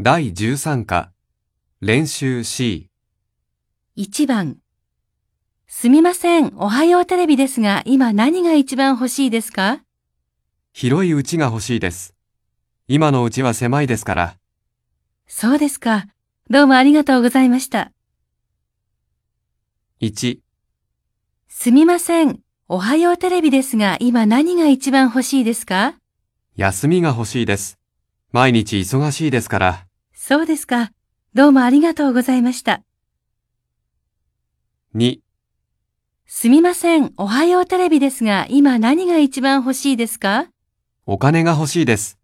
第13課、練習 C、 1番。すみません、おはようテレビですが、今何が一番欲しいですか広いうちが欲しいです。今のうちは狭いですから。そうですか。どうもありがとうございました。 1、すみません、おはようテレビですが、今何が一番欲しいですか休みが欲しいです。毎日忙しいですから。そうですか。どうもありがとうございました。 2、すみません、おはようテレビですが、今何が一番欲しいですかお金が欲しいです。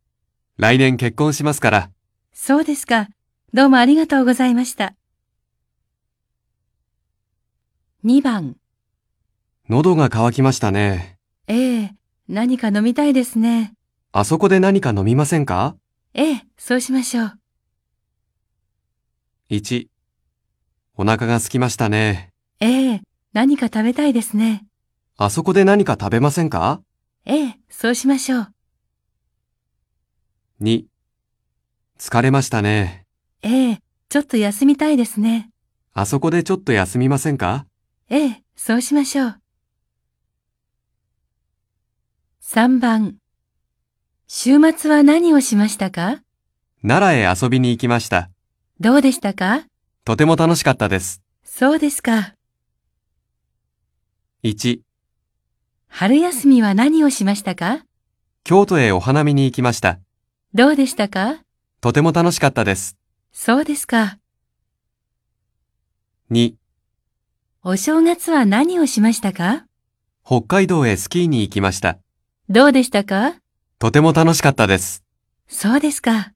来年結婚しますから。そうですか。どうもありがとうございました。2番。喉が渇きましたね。ええ、何か飲みたいですね。あそこで何か飲みませんかええ、そうしましょう。 ?1、お腹が空きましたね。ええ、何か食べたいですね。あそこで何か食べませんかええ、そうしましょう。 ?2、疲れましたね。ええ、ちょっと休みたいですね。あそこでちょっと休みませんかええ、そうしましょう。3番。週末は何をしましたか奈良へ遊びに行きました。どうでしたかとても楽しかったです。そうですか。 1、春休みは何をしましたか京都へお花見に行きました。どうでしたかとても楽しかったです。そうですか。 2、お正月は何をしましたか北海道へスキーに行きました。どうでしたかとても楽しかったです。そうですか。